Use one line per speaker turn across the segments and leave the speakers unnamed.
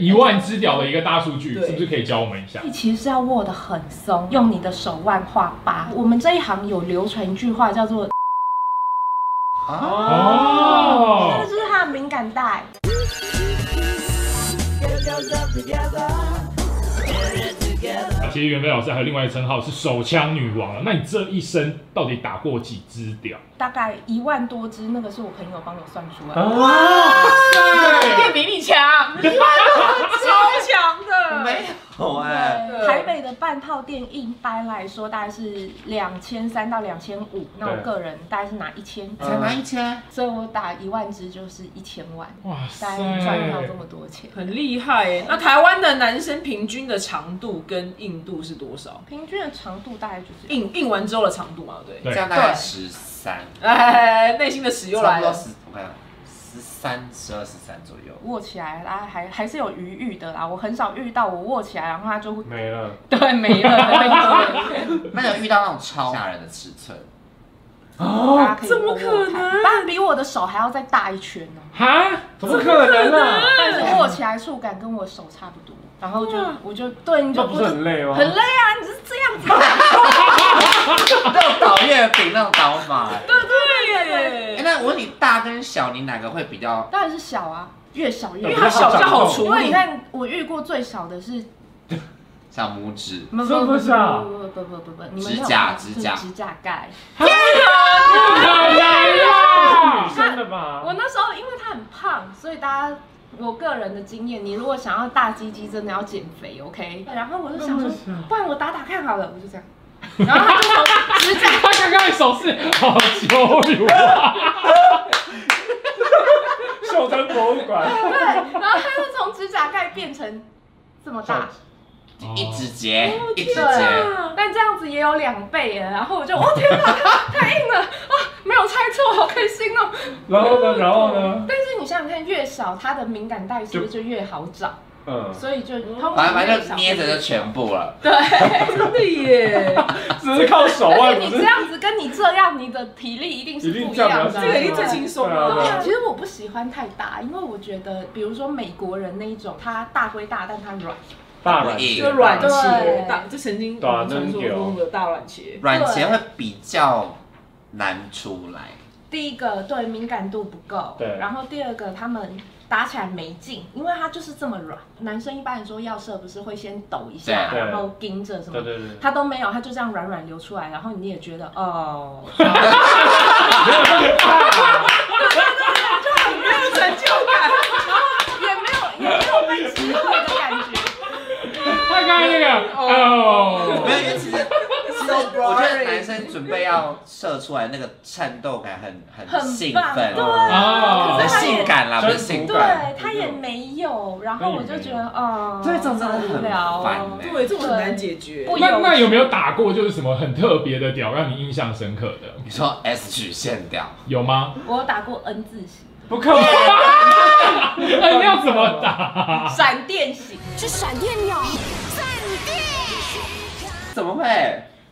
一万只屌的一个大数据，
对
是不是可以教我们一下？
其实是要握得很松，用你的手腕画八。我们这一行有流传一句话叫做
啊，
哦
“那个
哦，
就是它的敏感带
啊其实袁飞老师还有另外一个称号是手枪女王啊。那你这一生到底打过几只屌？”，
大概一万多只，那个是我朋友帮我算出来的，
哇塞！
比你强，
超强的。
没有哎，
对台北的半套店一般来说大概是两千三到两千五，那我
对
个人大概是拿一千，
才拿一千，
所以我打一万只就是一千万，
哇
大
塞！
概赚不到这么多钱。
很厉害耶！那台湾的男生平均的长度跟硬度是多少？
平均的长度大概就是哎
硬硬完之后的长度嘛，对不对。
对
这样大概十三，
哎，内心的屎又来
差不多
了。
十，我看十三、十二、十三左右。
握起来啦，还还是有余裕的啦。我很少遇到我握起来，然后它就
没了。
对没了的那一种。
那有遇到那种超吓人的尺寸？
大家可以
怎么
握握
可
看
能
它比我的手还要再大一圈呢、
哈？怎么可能啊？
但是握起来触感跟我手差不多，然后就我就对你就
那不是很累吗？
很累啊，你是这样子。
那种倒月饼那种倒法。
对
哎，
耶，
那我问你，大跟小，你哪个会比较？
当然是小啊，越小
因
越
为
好
它。小比较好
因
处
为
理
你。看，我遇过最小的是，
小拇指，
不
这么小
不不不不不不，你们
指
没有
甲
看
指
就是
甲
指甲盖。
不可能
是女
啦！
生的吧？
我那时候因为他很胖，所以大家我个人的经验，你如果想要大鸡鸡，真的要减肥，OK？然后我就想说
那么小，
不然我打打看好了，我就 这样。然后他就从指甲，
他刚刚的手势好羞辱 啊！
秀珍博物馆，
对，然后他就从指甲盖变成这么大，
一指节，一指节。
对，啊但这样子也有两倍耶。然后我就，哦天哪，太硬了，哇，没有猜错，好开心哦。
然后呢，然后呢，
但是你想想看，越小它的敏感带是不是就越好找？
嗯，
所以就它
反正反正就捏着就全部了。
真的耶，
只是靠手
而
腕，
且 你
不啊是
这样子跟你这样，你的体力一定是
一定
不一
这样
样
比较
的。啊
这个一定最轻松
对啊对
了
啊。
其实我不喜欢太大，因为我觉得，比如说美国人那一种，他大归大，但他软。
大
啊
软
硬
就软
对
切，大就曾经
大
我们传说中的大软切。
软节会比较难出来。
第一个对敏感度不够，
对
然后第二个他们打起来没劲，因为他就是这么软。男生一般来说要射不是会先抖一下，
对
然后盯着什
对
么。
对对，
他都没有，他就这样软软流出来，然后你也觉得哦，
没有成就感，
也没有也没有被击毁的感觉。
他刚刚那个
没有，
哦，
因为其实其实我觉得男生准备要射出来那个颤抖感很很
很
兴
棒
奋，
对啊
哦
很
可是他也
性感啦，不是性
真
感。
对他也没有，然后我就觉得哦，
对，这种真的
好
很
无聊
烦
哦。
欸
对，这种很难解决。
不
那
有
那有没有打过就是什么很特别的屌，让你印象深刻的？
你说 S 曲线掉，
有吗？
我有打过 N 字形，
不 可能，
哎那要怎么打？
闪电型，
是闪电鸟，闪电。
怎么会？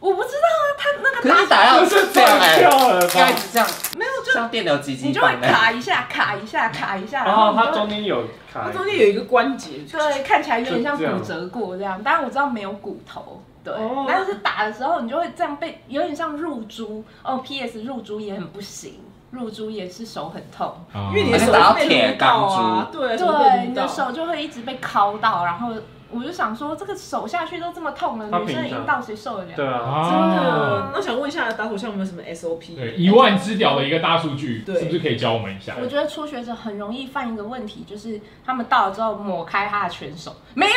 我不知道啊，他那个
可是
打
你打
不
到
是
是
这
这
样
样哎、
跳了
要一
吧？
直这样，
没有就
像电流击
你
击
就会
棒那样。
卡一下，卡一下，卡一下，
然后它
你就
哦中间有卡
它，中间有一个关节，
对看起来有点像骨折过这样，当然我知道没有骨头。对
哦，
但是打的时候你就会这样被，有点像入珠哦。P.S. 入珠也很不行，入珠也是手很痛，
因为你的手被撸到啊，对，手被
对，
撸
你
到
的手就会一直被敲到，然后我就想说，这个手下去都这么痛了，
他
女生
平常
阴道谁受得了？
对啊，
真的。
啊，
那想问一下，打手枪有没有什么 SOP？
对，一万只屌的一个大数据，
对
是不是可以教我们一下？
我觉得初学者很容易犯一个问题，就是他们到了之后抹开他的全手，没有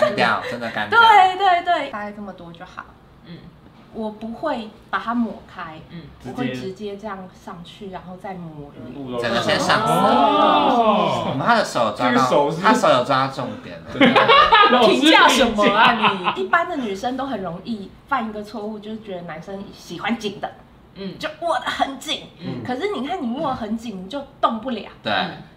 干 掉，真的干
必
掉。
要。对对对，大概这么多就好。
嗯
我不会把它抹开，
嗯，
我会直接这样上去，然后再抹。
路都
整个先上我
哦，
们他的手抓
这个
到，
手是啊
他手有抓到重点了。
老师
评价什么啊
一般的女生都很容易犯一个错误，就是觉得男生喜欢紧的，
你？嗯，
就握得很紧。
嗯
可是你看你握很紧，你就动不了。
对，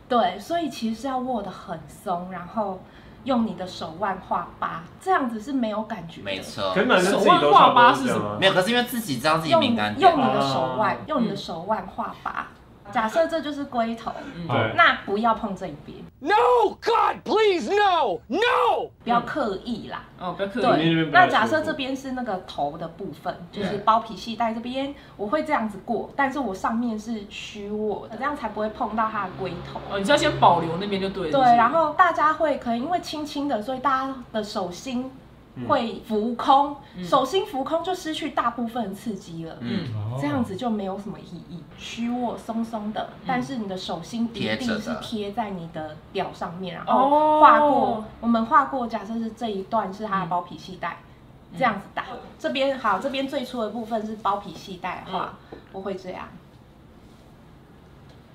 对，所以其实是要握得很松，然后用你的手腕画八，这样子是没有感觉的。
没错
可。是男生自己都差不多这样啊
没有，可是因为自己知道自己
用
敏感
用
点嗯
你
了，
的手腕，
哦
用你的手腕画八。假设这就是龟头，
对
那不要碰这一边，
No, God, please, no, no.
不要刻意啦。
哦，不要刻意。
那
对
边，不太
那假
舒服
设这边是那个头的部分，就是包皮系带这边，我会这样子过，但是我上面是虚握的，这样才不会碰到它的龟头。
哦，你是要先保留那边就对了。
对
是不，是
然后大家会可能因为轻轻的，所以大家的手心
嗯
会浮空，手心浮空就失去大部分刺激了。
嗯，
哦
这样子就没有什么意义，虚握松松的，
嗯
但是你的手心一
贴着
定
的
是贴在你的屌上面，然
哦
后画过，我们画过，假设是这一段是它的包皮系带，
嗯
这样子打，这边好，这边最初的部分是包皮系带的话，
嗯
我会这样，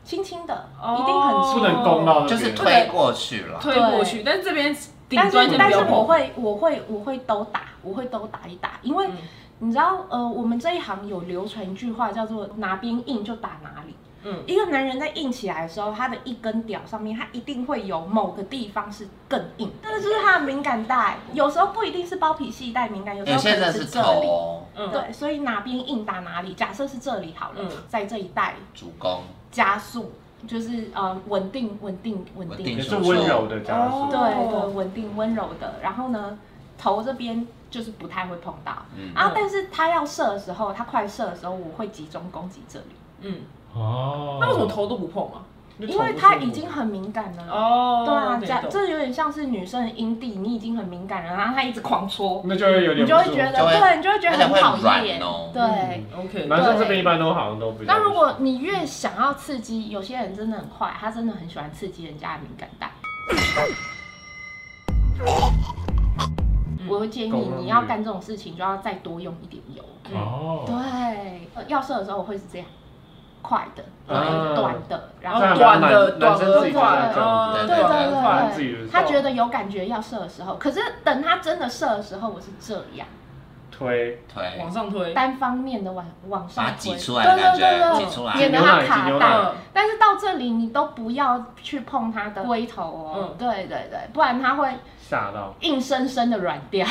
轻轻的，
哦
一定很轻，
不能攻到那边，
就是推过去了。
推过去，但是这边顶
但
端
是
就不
但是
要
我
碰。
会我会我会都打，我会都打一打，因为
嗯
你知道呃，我们这一行有流传一句话叫做哪边硬就打哪里。
嗯
一个男人在硬起来的时候，他的一根屌上面，他一定会有某个地方是更硬，但是就是他的敏感带，有时候不一定是包皮系带敏感，有时
有
候
些
可能
人
是
是
这
头
里。
哦
嗯，
对，所以哪边硬打哪里。假设是这里好了，
嗯
在这一带
主攻，
加速，就是呃稳定稳定稳
稳
定
定
也是温柔的加
哦
速。
对对，稳定温柔的。然后呢，头这边就是不太会碰到。
嗯
啊，但是他要射的时候，他快射的时候，我会集中攻击这里，
嗯，
哦，
那为什么头都不碰啊？
因为他已经很敏感了。
哦
对啊，
懂
这样这有点像是女生的阴蒂，你已经很敏感了，然后他一直狂戳，
那就会有
你
点不
就
舒
会
服，
觉得，
就会
对，你就会觉得
而且会
很讨
软
厌。
哦
嗯
对，
OK，
男生这边一般都好像都比较
那如果你越想要刺激，有些人真的很快，他真的很喜欢刺激人家的敏感带。
嗯
我会建议你要干这种事情，就要再多用一点油。
哦，
对，呃要射的时候我会是这样，快的，对
啊
短的，然
这
后
短
样
的
男男生自己就
短
在
的
这样子
对
对对
快
对
自己
对
的时候
他觉得有感觉要射的时候，可是等他真的射的时候，我是这样，
推，
推，
嗯往上推，
单方面的往往上
把它
推，
挤出来的感
对对
觉，
对
挤
对
出
免
来。
得它卡
牛奶挤牛
蛋
奶。
嗯
但是到这里你都不要去碰它的龟头哦，
嗯
对对对，不然它会
吓到，
硬生生的软掉，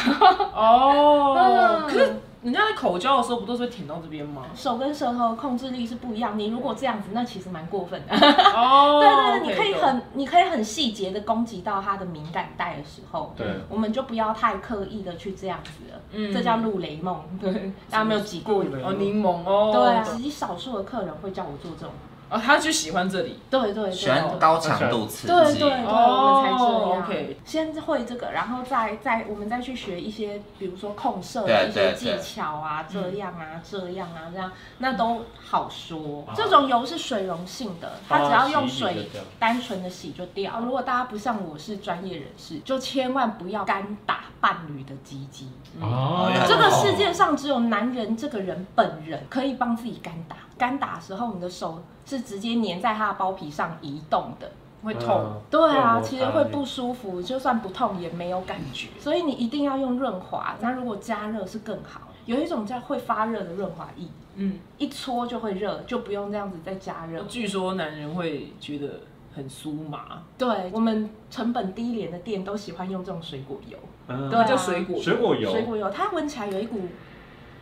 哦
嗯，？
可是人家在口交的时候不都是会舔到这边吗
手跟舌头的控制力是不一样。你如果这样子，那其实蛮过分的。
哦，
对对对，你
OK，
可以
懂
很你可以很细节的攻击到它的敏感带的时候，
对
我们就不要太刻意的去这样子了，
嗯
这叫入雷 梦，对，大家没有挤过
入雷
哦柠檬哦，
嗯对啊，实际少数的客人会叫我做这种，
哦他就喜欢这里，
对对对，
喜欢高强度刺
对对
激，
对，
哦
我们才这样。
OK
先会这个，然后再再我们再去学一些，比如说控射的一
对
些
对
技
对
巧啊，这样啊，这样啊，这样那都好说。
嗯
这种油是水溶性的，它只要用
哦
洗一洗
水
就掉
单纯的洗就掉。如果大家不像我是专业人士，就千万不要干打伴侣的鸡鸡。
哦
哎
嗯
这个世界上只有男人这个人本人可以帮自己干打。干打的时候，你的手是直接粘在他的包皮上移动的。
会痛，
嗯
对啊，
会摩擦
其实会不舒服，就算不痛也没有感觉，所以你一定要用润滑。那如果加热是更好，有一种叫会发热的润滑液，
嗯，
一搓就会热，就不用这样子再加热。
据说男人会觉得很酥麻，
对我们成本低廉的店都喜欢用这种水果油，
嗯
对啊
叫水果，
水果油，
水果油它闻起来有一股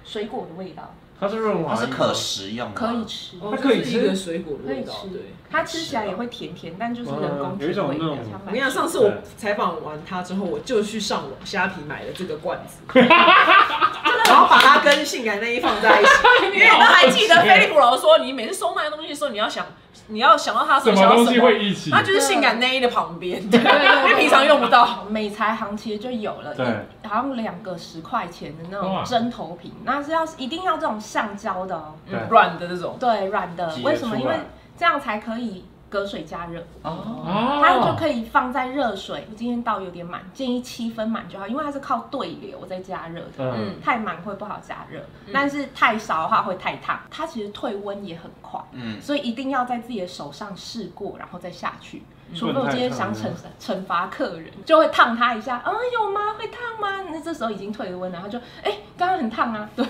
水果的味道，
它是润滑
它
液吗，
是可食用的，
可以吃，
哦
它可以
就是一
吃
个水果的
可
味
以
道，对
吃。，它吃起来也会甜甜，但就是人工
嗯有一
甜
种
味
那种
比较
我跟你讲，上次我采访完他之后，我就去上网虾皮买了这个罐子，然后把它跟性感内衣放 在一起，因为他还记得菲利普劳说，你每次收纳东西的时候，你要想，你要想到它
什么东西会一起？
它就是性感内衣的旁边，因
对对对
为 平常用不到。
美材行其实就有了，
对
一好像两个十块钱的那种
哇
针头瓶，那是要一定要这种橡胶的哦，
对
软的这种，
对，软的
挤，得
为什么？
出来
因为这样才可以隔水加热，
哦，
啊
它就可以放在热水。我今天倒有点满，建议七分满就好，因为它是靠对流在加热的。
嗯，
太满会不好加热，
嗯
但是太少的话会太烫。它其实退温也很快，
嗯，
所以一定要在自己的手上试过，然后再下去。除非
嗯不
我
能
今天
太
想
烫
惩惩罚客人，就会烫他一下。啊，有吗？会烫吗？那这时候已经退温了，他就哎，刚刚很烫啊。 对，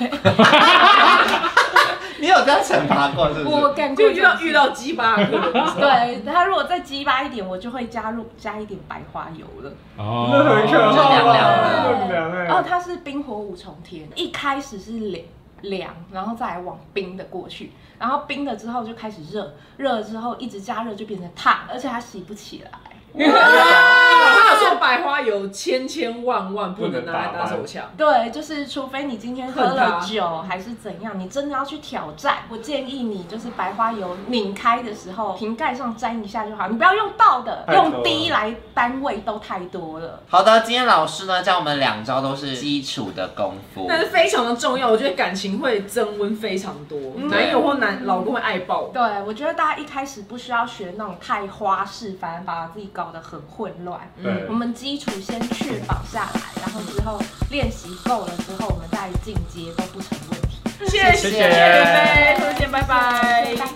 你有这样 惩罚过是不
我
是？
感
嗯就
觉
遇到遇。到鸡 巴的客人的时候，
对他如果再鸡巴一点，我就会加入加一点白花油了。
哦
哦
那很可怕
凉凉
啊，
的
很凉哎，
哦，它是冰火五重天，一开始是凉凉，然后再来往冰的过去，然后冰了之后就开始热，热了之后一直加热就变成烫，而且它洗不起来。
他有说百花油千千万万不能拿来打手枪，
对，就是除非你今天喝
恨它
了酒还是怎样，你真的要去挑战。我建议你就是白花油拧开的时候，瓶盖上沾一下就好，你不要用倒的，
太多了
用滴来单位都太多了。
好的，今天老师呢教我们两招都是基础的功夫，
但是非常的重要，我觉得感情会增温非常多，男友或男老公会爱爆。
对，我觉得大家一开始不需要学那种太花式，反而把自己搞得很混乱。
对
我，们基础先确保下来，然后之后练习够了之后，我们再进阶都不成问题。
谢谢
谢
菲菲，推荐，拜拜
谢谢大家。